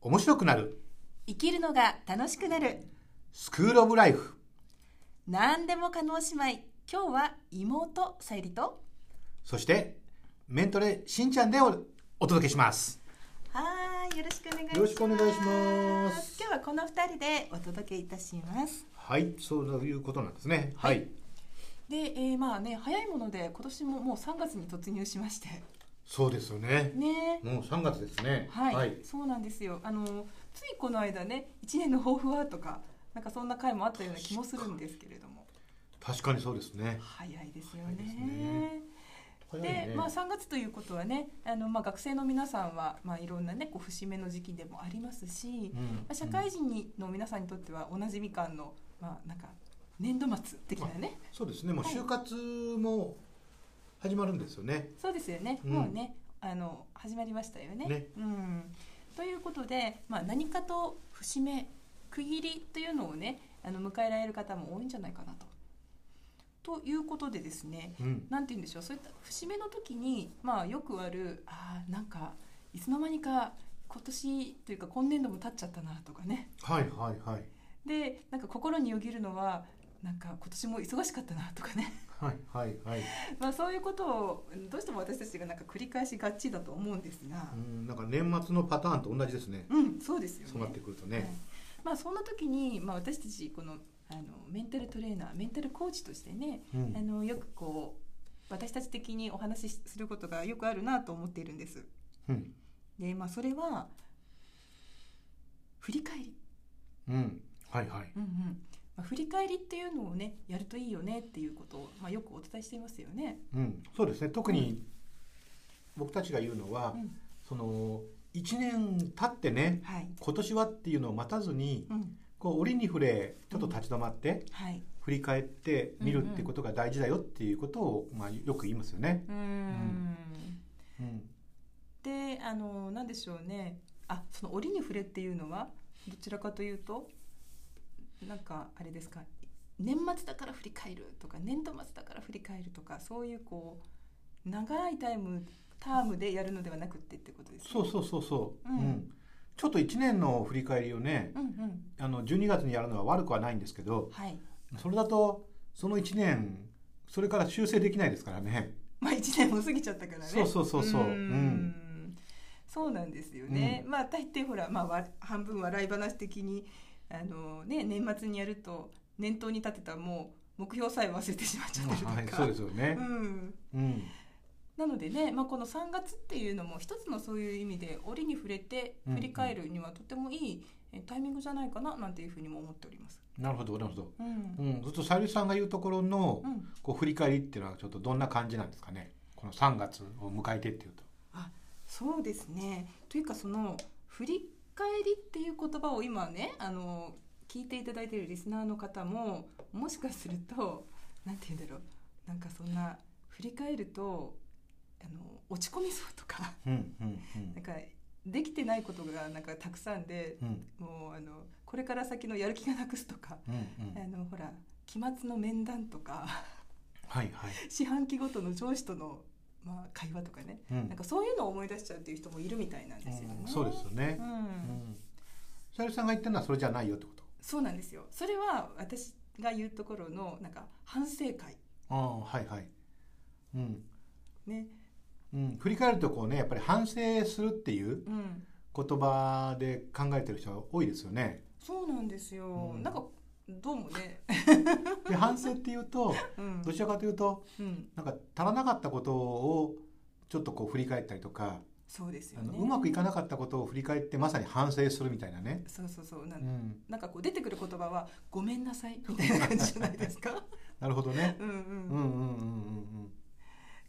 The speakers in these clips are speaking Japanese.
面白くなる生きるのが楽しくなるスクールオブライフ何でも可能姉妹今日は妹さゆりとそしてメントレしんちゃんでおお届けしますはーいよろしくお願いしますよろしくお願いします今日はこの二人でお届けいたしますはいそういうことなんですねは、はいいで、えー、まあね早いもので今年ももう3月に突入しましてそうですよねねもう3月ですねはい、そうなんですよあのついこの間ね一年の抱負はとかなんかそんな回もあったような気もするんですけれども確かにそうですね早いですよ早いですねね早いでね、まあ、3月ということはねあの、まあ、学生の皆さんは、まあ、いろんな、ね、こう節目の時期でもありますし、まうんあ、社会人にの皆さんにとってはおなじみ感の、まあ、なんか年度末的なねそうですねもうはい就活も始まるんですよねそうですよね、うんもうねあの始まりましたよね。ねうん、ということで、まあ、何かと節目区切りというのをねあの迎えられる方も多いんじゃないかなと。ということでですね、うんなんて言うんでしょうそういった節目の時に、まあ、よくあるあーなんかいつの間にか今年というか今年度も経っちゃったなとかねはいはいはいでなんか心によぎるのはなんか今年も忙しかったなとかね はいはいはいまあそういうことをどうしても私たちがなんか繰り返しがちだと思うんですがう、んなんか年末のパターンと同じですねうん、そうですよね。そうなってくるとね、はいまあ、そんな時に、まあ、私たちこのあのメンタルトレーナーメンタルコーチとしてねうんあのよくこう私たち的にお話しすることがよくあるなと思っているんです。うんでまあそれは振り返り、うんはいはいうんうんまあ、振り返りっていうのをねやるといいよねっていうことを、まあ、よくお伝えしていますよね。うん、そうですね特に僕たちが言うのは、うんその1年経ってねはい、今年はっていうのを待たずにうんこう折に触れちょっと立ち止まって、はい、振り返って見るってことが大事だよっていうことを、まあ、よく言いますよね。うーんうん、であのなんでしょうねあその折に触れっていうのはどちらかというとなんかあれですか年末だから振り返るとか年度末だから振り返るとかそういうこう長いタイムタームでやるのではなくってってことですねそうそうそうそう、うんちょっと1年の振り返りをねうんうんあの12月にやるのは悪くはないんですけどはいそれだとその1年それから修正できないですからね。まあ一年も過ぎちゃったからね。そうそうそうそうーんうんそうなんですよね。うまあ大抵ほらまあわ半分笑い話的にあのね年末にやると念頭に立てたもう目標さえ忘れてしまっちゃってるとか。はい、 そうですよねう、ん。うんなのでね、まあ、この3月っていうのも一つのそういう意味で折に触れて振り返るにはとてもいいえタイミングじゃないかななんていうふうにも思っております。なるほどなるほど。うんうん、ずっとさゆりさんが言うところの、うんこう振り返りっていうのはちょっとどんな感じなんですかねこの3月を迎えてっていうと。そうですね。というかその振り返りっていう言葉を今ねあの聞いていただいているリスナーの方ももしかするとなんて言うんだろうなんかそんな振り返るとあの落ち込みそうとか うんうんなんかできてないことがなんかたくさんでうんうんもうあのこれから先のやる気がなくすとかうんあうんのほら期末の面談とか はいはい。四半期ごとの上司との、まあ、会話とかねうんなんかそういうのを思い出しちゃうっていう人もいるみたいなんですよね。うんそうですよねう。、うんんさゆりさんが言ってるのはそれじゃないよってこと。そうなんですよ。それは私が言うところのなんか反省会ああはいはい。うんね。うん、振り返るとこうねやっぱり反省するっていううん、言葉で考えてる人が多いですよね。そうなんですよ。うんなんかどうもね、で反省っていうとうんどちらかというとうん、なんか足らなかったことをちょっとこう振り返ったりとか、そうですよあのね。うまくいかなくかったことを振り返ってまさに反省するみたいなね、そうそうそうな、うんん、なんかこう出てくる言葉はごめんなさいみたいな感じじゃないですか。なるほどねうんう。うんんうんうんうん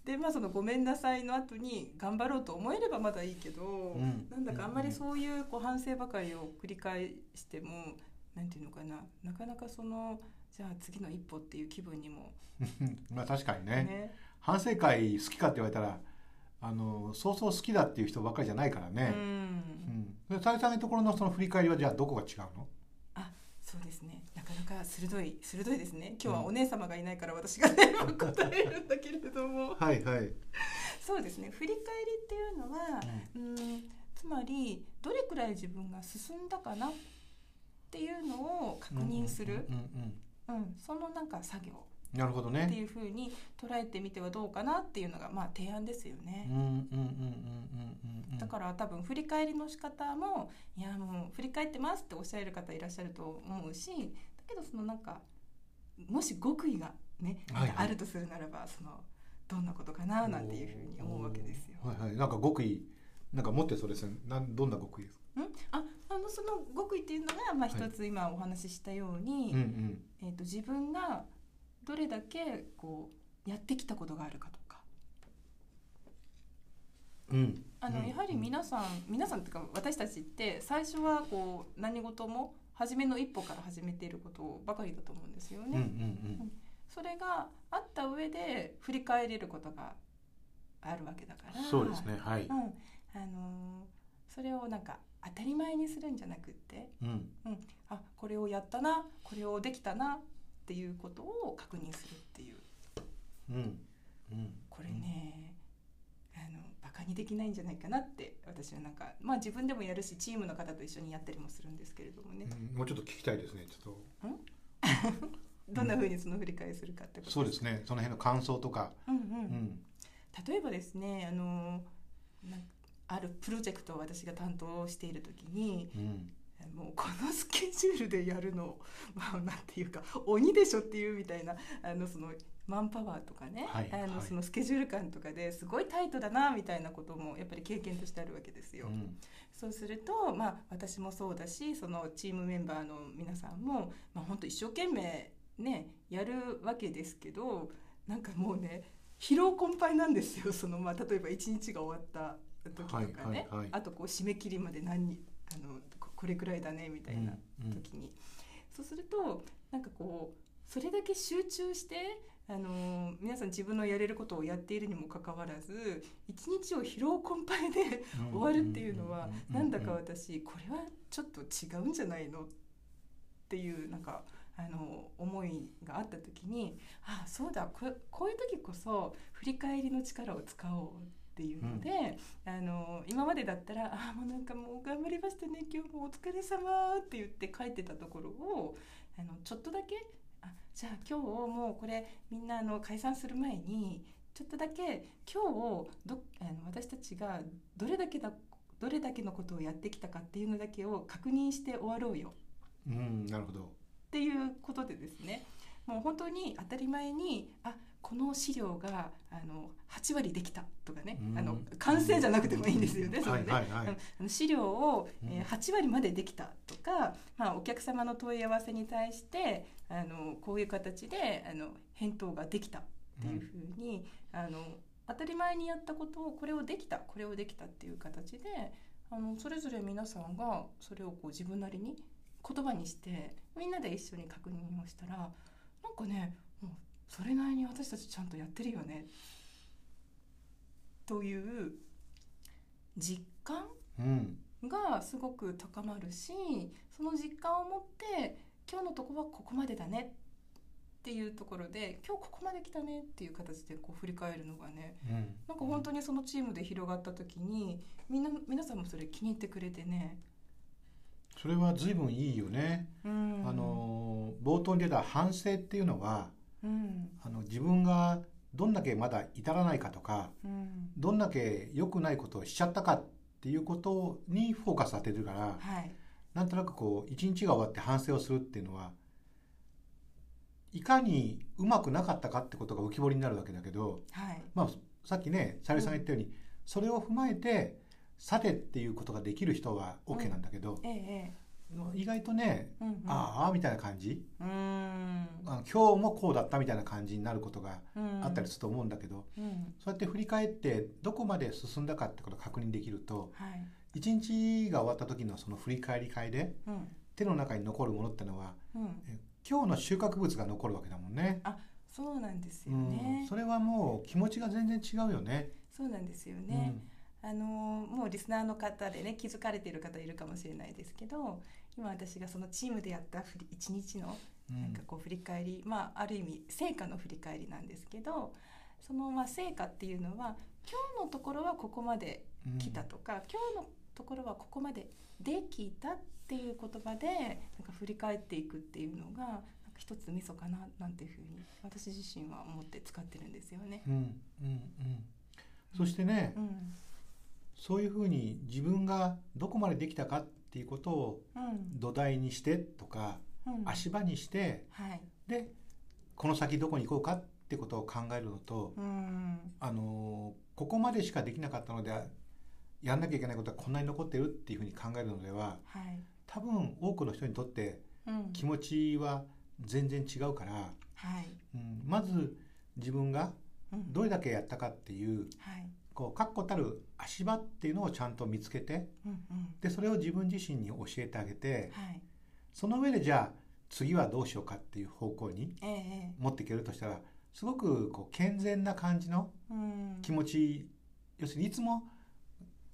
でまあそのごめんなさいの後に頑張ろうと思えればまだいいけど、んなんだかあんまりそういうこう反省ばかりを繰り返してもなんていうのかななかなかそのじゃあ次の一歩っていう気分にもうんまあ確かにねね反省会好きかって言われたらあのそうそう好きだっていう人ばっかりじゃないからうね、うんんでさゆりさんのところのその振り返りはじゃあどこが違うのそうですねなかなか鋭い鋭いですね今日はお姉様がいないから私がね答えるんだけれどもはいはい、そうですね振り返りっていうのはうんつまりどれくらい自分が進んだかなっていうのを確認する、うんうんうんうんそのなんか作業うんなるほどってねいうふうに捉えてみてはどうかなっていうのがまあ提案ですよねうん。うんうんうんうんうんだから多分振り返りの仕方もいやもう振り返ってますっておっしゃる方いらっしゃると思うしだけどそのなんかもし極意がねはいはいなんかあるとするならばそのどんなことかななんていうふうに思うわけですよ。おーはいはいなんか極意なんか持ってそうですねなんどんな極意ですかんああのその極意っていうのが、まはあ、い一つ今お話ししたように、うんうんえー、と自分がどれだけこうやってきたことがあるかとかうんあの、うんやはり皆さん皆さんっていうか私たちって最初はこう何事も初めの一歩から始めていることばかりだと思うんですよね。うんうんそれがあった上で振り返れることがあるわけだかうらんそうです、ねはいうんあのーそれをなんか当たり前にするんじゃなくってうんあこれをやったなこれをできたなっていうことを確認するっていううんうんこれね、あのバカにできないんじゃないかなって私はなんかまあ自分でもやるしチームの方と一緒にやったりもするんですけれどもね、うんもうちょっと聞きたいですねちょっどんな風にその振り返りするかってこととそうですねその辺の感想とかうんううんん例えばですねあのなんかあるプロジェクトを私が担当している時にうんもうこのスケジュールでやるの、 まあ、なんていうか鬼でしょっていうみたいなあのそのマンパワーとかね、はいあはのいそのスケジュール感とかですごいタイトだなみたいなこともやっぱり経験としてあるわけですよ。うんそうすると、まあ、私もそうだしそのチームメンバーの皆さんも、まあ、本当一生懸命ねやるわけですけどなんかもうね疲労困憊なんですよその、まあ、例えば一日が終わった時とかはね、いはいはいあとこう締め切りまで何にあのここれくらいだねみたいなうんうん時に、そうするとなんかこうそれだけ集中して、あのー皆さん自分のやれることをやっているにもかかわらず一日を疲労困憊でうん終わるっていうのはうんうなんうんんだか私これはちょっと違うんじゃないのっていうなんかあの思いがあった時にああそうだここういう時こそ振り返りの力を使おうっていうので、あの今までだったら「ああもうなんかもう頑張りましたね今日もお疲れ様って言って書いてたところをあのちょっとだけあじゃあ今日もうこれみんなあの解散する前にちょっとだけ今日どあの私たちがどれだけだどれだけのことをやってきたかっていうのだけを確認して終わろうようんなるほどっていうことでですねもう本当に当たり前にあこの資料があの8割できたとかねうんあの完成じゃなくてもいいんですよね。そのはねいはいはあのいあの資料を、うえんー8割までできたとか、まあ、お客様の問い合わせに対してあのこういう形であの返答ができたっていうふうに、あの当たり前にやったことをこれをできたこれをできたっていう形であのそれぞれ皆さんがそれをこう自分なりに言葉にしてみんなで一緒に確認をしたらなんかねもうそれなりに私たちちゃんとやってるよねという実感うんがすごく高まるしその実感を持って今日のとこはここまでだねっていうところで今日ここまで来たねっていう形でこう振り返るのがねうんなんか本当にそのチームで広がった時にみんな皆さんもそれ気に入ってくれてね。それは随分いいよねうん、あのー冒頭に出た反省っていうのはうんあの自分がどんだけまだ至らないかとかうんどんだけ良くないことをしちゃったかっていうことにフォーカス当ててるからはいなんとなくこう一日が終わって反省をするっていうのはいかにうまくなかったかってことが浮き彫りになるわけだけど、はいまあ、さっきねさゆりさんが言ったように、それを踏まえてさてっていうことができる人は OK なんだけど、えええ意外とね、えうんうんああみたいな感じうんあの今日もこうだったみたいな感じになることがうんあったりすると思うんだけど、うんそうやって振り返ってどこまで進んだかってことを確認できるとはい一日が終わった時のその振り返り会でうん手の中に残るものってのはうん今日の収穫物が残るわけだもんね。そうなんですうよね、ん、それはもう気持ちが全然違うよね。そうなんですよね、あのーもうリスナーの方でね気づかれている方いるかもしれないですけど今私がそのチームでやった振り一日のうん、なんかこう振り返り、まあある意味成果の振り返りなんですけどそのまあ成果っていうのは今日のところはここまでうん来たとか、今日のところはここまでできたっていう言葉でなんか振り返っていくっていうのがなんか一つミソかななんていうふうに私自身は思って使ってるんですよね。うんうんうんそしてね、うんそういうふうに自分がどこまでできたかっていうことをうん土台にしてとかうん、足場にしてはい、でこの先どこに行こうかってことを考えるのと、うんあのーここまでしかできなかったのでやんなきゃいけないことはこんなに残ってるっていうふうに考えるのでははい多分多くの人にとってうん、気持ちは全然違うから、はい、うん、まず自分がうんどれだけやったかっていうはい、こう確固たる足場っていうのをちゃんと見つけてうんうん、でそれを自分自身に教えてあげてはい、その上でじゃあ次はどうしようかっていう方向にえええ持っていけるとしたらすごくこう健全な感じのえ、うん、気持ち要するにいつも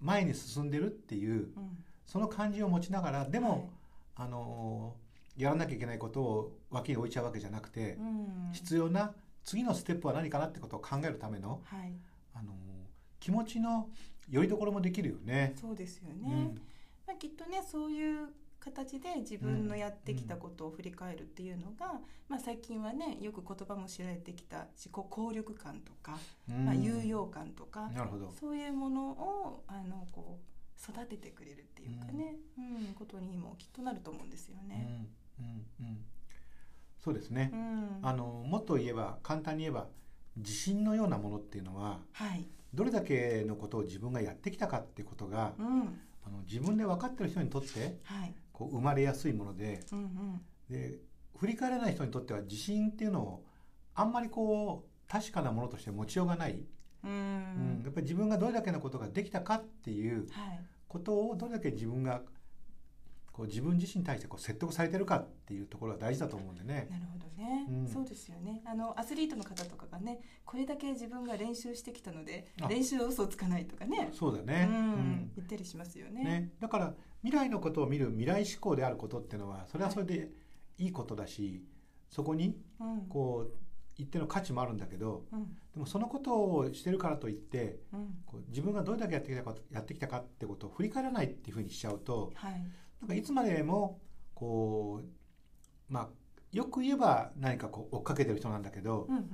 前に進んでるっていううん、その感じを持ちながらではも、あのやらなきゃいけないことを脇に置いちゃうわけじゃなくい、てう、ん、必要な次のステップは何かなってことを考えるための、はい、あの気持ちのよりどころもできるよね。そうですよね。うんまあ、きっとねそういう形で自分のやってきたことを振り返るっていうのが、まあ、最近はねよく言葉も知られてきた自己効力感とか、うんまあ、有用感とか、なるほどそういうものをあのこう育ててくれるっていうかね、うんことにもきっとなると思うんですよね。うんうんうん、そうですねう、んあのもっと言えば簡単に言えば自信のようなものっていうのははい、どれだけのことを自分がやってきたかってことが、うんあの自分で分かってる人にとってはいこう生まれやすいものでうんうんで振り返らない人にとっては自信っていうのをあんまりこう確かなものとして持ちようがない、ううんんやっぱり自分がどれだけのことができたかっていうはいことをどれだけ自分がこう自分自身に対してこう説得されてるかっていうところは大事だと思うんでね。なるほどね、うんそうですよねあのアスリートの方とかがねこれだけ自分が練習してきたのであ練習は嘘をつかないとかねそうだね,、ううんん、言ったりしますよねねだから未来のことを見る未来志向であることっていうのはそれはそれでいいことだしそこにうんこう一定の価値もあるんだけどうんでもそのことをしてるからといってうんこう自分がどれだけやってきたかやってきたかってことを振り返らないっていうふうにしちゃうとはいなんかいつまでもこうまあよく言えば何かこう追っかけてる人なんだけどうんうん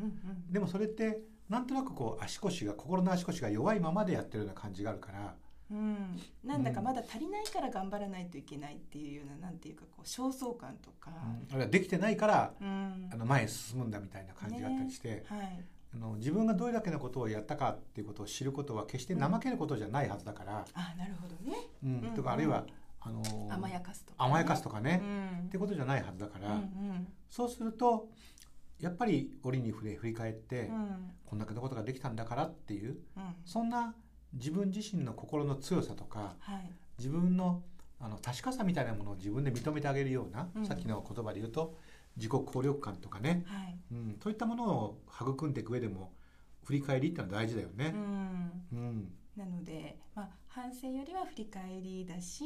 でもそれってなんとなくこう足腰が心の足腰が弱いままでやってるような感じがあるからうんうんなんだかまだ足りないから頑張らないといけないっていうようななんていうかこう焦燥感とかあるいはできてないからうんあの前へ進むんだみたいな感じがあったりして、はいあの自分がどれだけのことをやったかっていうことを知ることは決して怠けることじゃないはずだから、あなるほどねうんうんとかあるいはあの甘やかすとかね甘やかすとかねう、んってことじゃないはずだかうら、んうんそうするとやっぱり折に触れ振り返って、うんこんだけのことができたんだからっていううんそんな自分自身の心の強さとかはい自分のあの確かさみたいなものを自分で認めてあげるような、うんさっきの言葉で言うと自己効力感とかね、はいうん、そういったものを育んでいく上でも振り返りってのは大事だようね。んうんなので、まあ、反省よりは振り返りだし、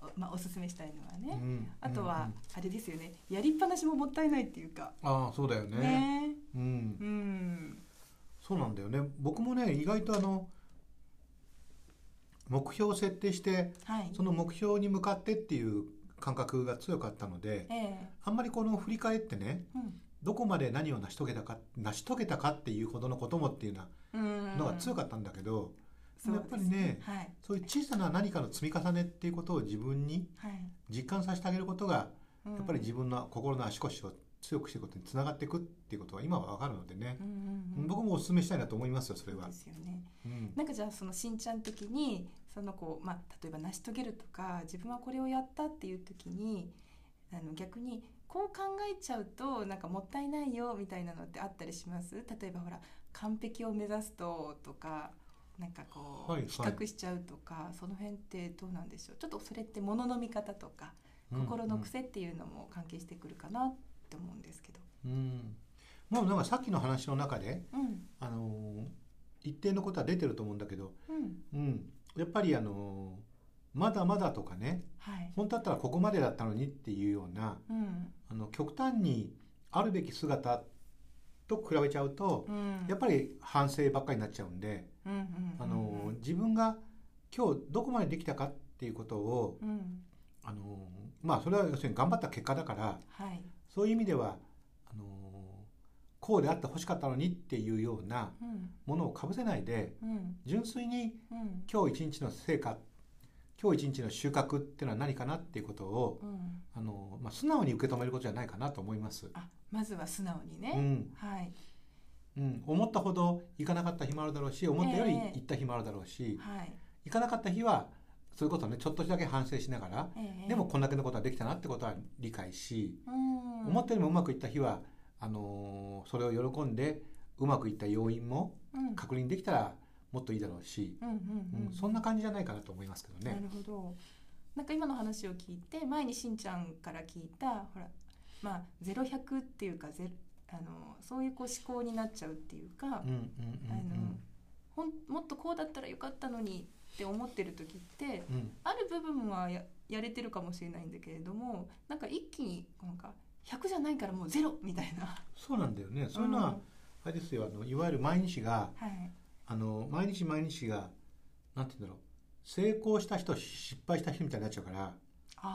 おまあ、おすすめしたいのはうね、んあとうはんあれですよねやりっぱなしももったいないっていうかああそうだよねねうんう、んそうなんだよね僕もね意外とあの目標を設定してはいその目標に向かってっていう感覚が強かったのでええあんまりこの振り返ってねうんどこまで何を成し遂げたか成し遂げたかっていうほどのこともっていうようなのが強かったんだけど、そうやっぱりねですはいそういう小さな何かの積み重ねっていうことを自分にはい、実感させてあげることがうんやっぱり自分の心の足腰を強くしていくことにつながっていくっていうことは今は分かるのでねう、んうんうん僕もお勧めしたいなと思いますよそれそうはで。すよねうんなんかじゃあそのしんちゃん的にそのこう、まあ、例えば成し遂げるとか自分はこれをやったっていう時にあの逆にこう考えちゃうとなんかもったいないよみたいなのってあったりします例えばほら完璧を目指すととかなんかこう、はいはい比較しちゃうとかその辺ってどうなんでしょうちょっとそれって物の見方とか心の癖っていうのも関係してくるかなって思うんですけど。うんうんもうなんかさっきの話の中で、うん、あのー一定のことは出てると思うんだけど、うん、うん、やっぱり、あのーまだまだとかねはい、本当だったらここまでだったのにっていうようなうん、あの極端にあるべき姿と比べちゃうとうん、やっぱり反省ばっかりになっちゃうんで、うんうんうんうんあのー自分が今日どこまでできたかっていうことをうんあのまあそれは要するに頑張った結果だからはいそういう意味ではあのこうであってほしかったのにっていうようなうんものをかぶせないでうん純粋にうん今日一日の成果今日一日の収穫っていうのは何かなっていうことをうんあの、まあ、素直に受け止めることじゃないかなと思います。あまずは素直にね、うんはいうん、思ったほど行かなかった日もあるだろうし思ったよりええ行った日もあるだろうし、はい、行かなかった日はそういうことねちょっとだけ反省しながら、ええでもこんだけのことはできたなってことは理解し、うん思ったよりもうまくいった日はあのーそれを喜んでうまくいった要因もうん確認できたらもっといいだろうし、うんうんうんうんそんな感じじゃないかなと思いますけどなね。るほどなんか今の話を聞いて前にしんちゃんから聞いたほらまあ0100っていうかゼロあのそういうこう思考になっちゃうっていうか、うんうんあうんのほんもっとこうだったらよかったのにって思ってる時ってうんうんある部分はややれてるかもしれないんだけれどもなんか一気になんか100じゃないからもうゼロみたいな。そうなんだよね。そういうのは、あれですよ。あのいわゆる毎日がうんはいあの毎日毎日がなんて言うんだろう。成功した人失敗した人みたいになっちゃうから、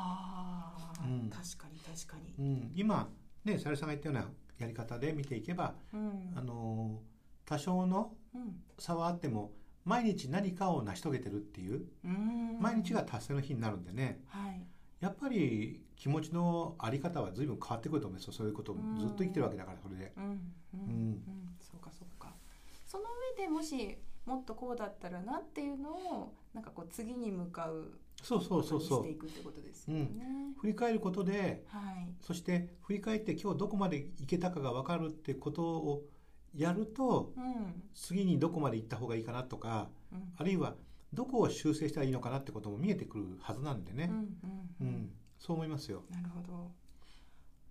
あー、うん確かに確かにう。ん、今ねさゆりさんが言ったようなやり方で見ていけば、うんあの多少のうん差はあっても毎日何かを成し遂げてるっていううん毎日が達成の日になるんでね、はいやっぱり気持ちのあり方は随分変わってくると思いますよそういうことをずっと生きてるわけだからそれで。うんうんんそうかそうかその上でもしもっとこうだったらなっていうのをなんかこう次に向かうそうそうそうしそていうくってことですよね、振り返ることではいそして振り返って今日どこまで行けたかが分かるってことをやるとうん次にどこまで行った方がいいかなとかうんあるいはどこを修正したらいいのかなってことも見えてくるはずなんでうんね、ううんん、そう思いますよ。なるほど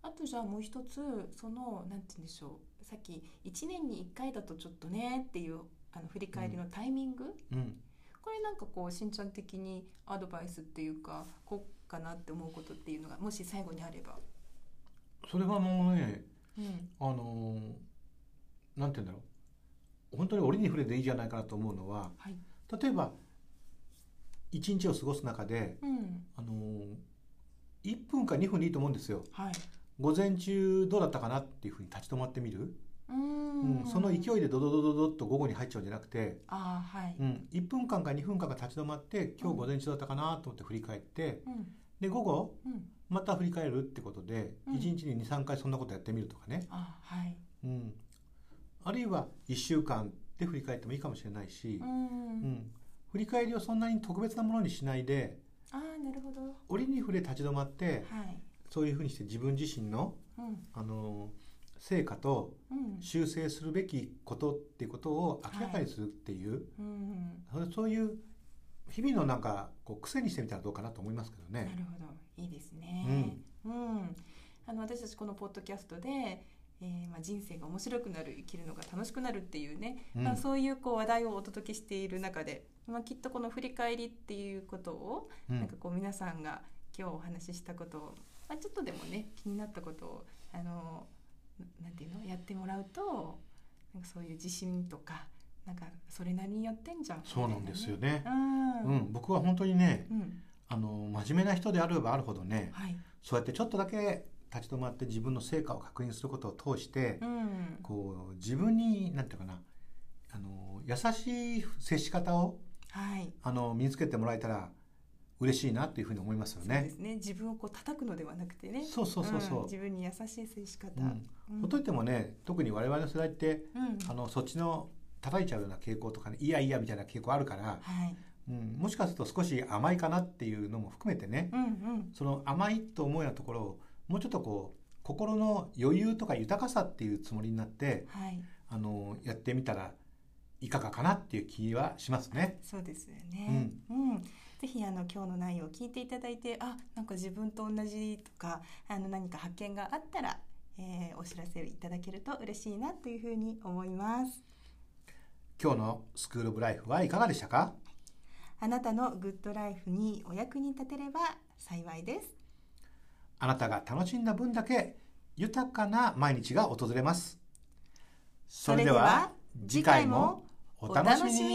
あとじゃあもう一つそのなんて言うんでしょうさっき1年に1回だとちょっとねっていうあの振り返りのタイミング、うん、これなんかこうしんちゃん的にアドバイスっていうかこうかなって思うことっていうのがもし最後にあれば、それはもうねうんあのーなんて言うんだろう本当に折に触れでいいじゃないかなと思うのははい例えば一日を過ごす中で、うんあのー、1分か2分でいいと思うんですよはい、午前中どうだったかなっていうふうに立ち止まってみる、うーんうんその勢いでドドドドドっと午後に入っちゃうんじゃなくて、ああはい、うん、1分間か2分間か立ち止まって今日午前中どうだったかなと思って振り返ってうんで午後うん、また振り返るってことでうん1日に23回そんなことやってみるとかね、ああはいうん、あるいは1週間で振り返ってもいいかもしれないしう、うんん、振り返りをそんなに特別なものにしないでああなるほどは折に触れ立ち止まっていそういうふうにして自分自身の、うんあの成果とうん修正するべきことっていうことを明らかにするっていう、うんそそういう日々のなんかこう癖にしてみたらどうかなと思いますけどなね。るほどいいですねうん、あの私たちこのポッドキャストで、えーまあ、人生が面白くなる生きるのが楽しくなるっていうねうんまあ、そういうこう話題をお届けしている中で、まあ、きっとこの振り返りっていうことを、うんなんかこう皆さんが今日お話ししたことを、まあ、ちょっとでもね気になったことをあのななんていうのやってもらうとなんかそういう自信とかなんかそれなりにやってんじゃんそうなんですよ。ねみた。いなねううんん、僕は本当にね、うんあの真面目な人であればあるほどね、はいそうやってちょっとだけ立ち止まって自分の成果を確認することを通して、うんこう自分になんていうかなあの優しい接し方をはいあの身につけてもらえたら嬉しいなというふうに思いますよそうでね。すね自分をこう叩くのではなくてねそうそうそうそんう自。分に優しい接し方、うんうんほっといてもね特に我々の世代ってうんあのそっちの叩いちゃうような傾向とかねいやいやみたいな傾向あるから、はいうん、もしかすると少し甘いかなっていうのも含めてねうんうんその甘いと思うようなところをもうちょっとこう心の余裕とか豊かさっていうつもりになってはいあのやってみたらいかがかなっていう気はしますね。そうですよね。うん、ぜひあの今日の内容を聞いていただいて、あ、なんか自分と同じとか、あの何か発見があったら、えーお知らせいただけると嬉しいなというふうに思います。今日のスクールオブライフはいかがでしたかあなたのグッドライフにお役に立てれば幸いです。あなたが楽しんだ分だけ豊かな毎日が訪れます。それでは次回もお楽しみ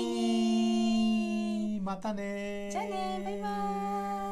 にまたねじゃあねバイバーイ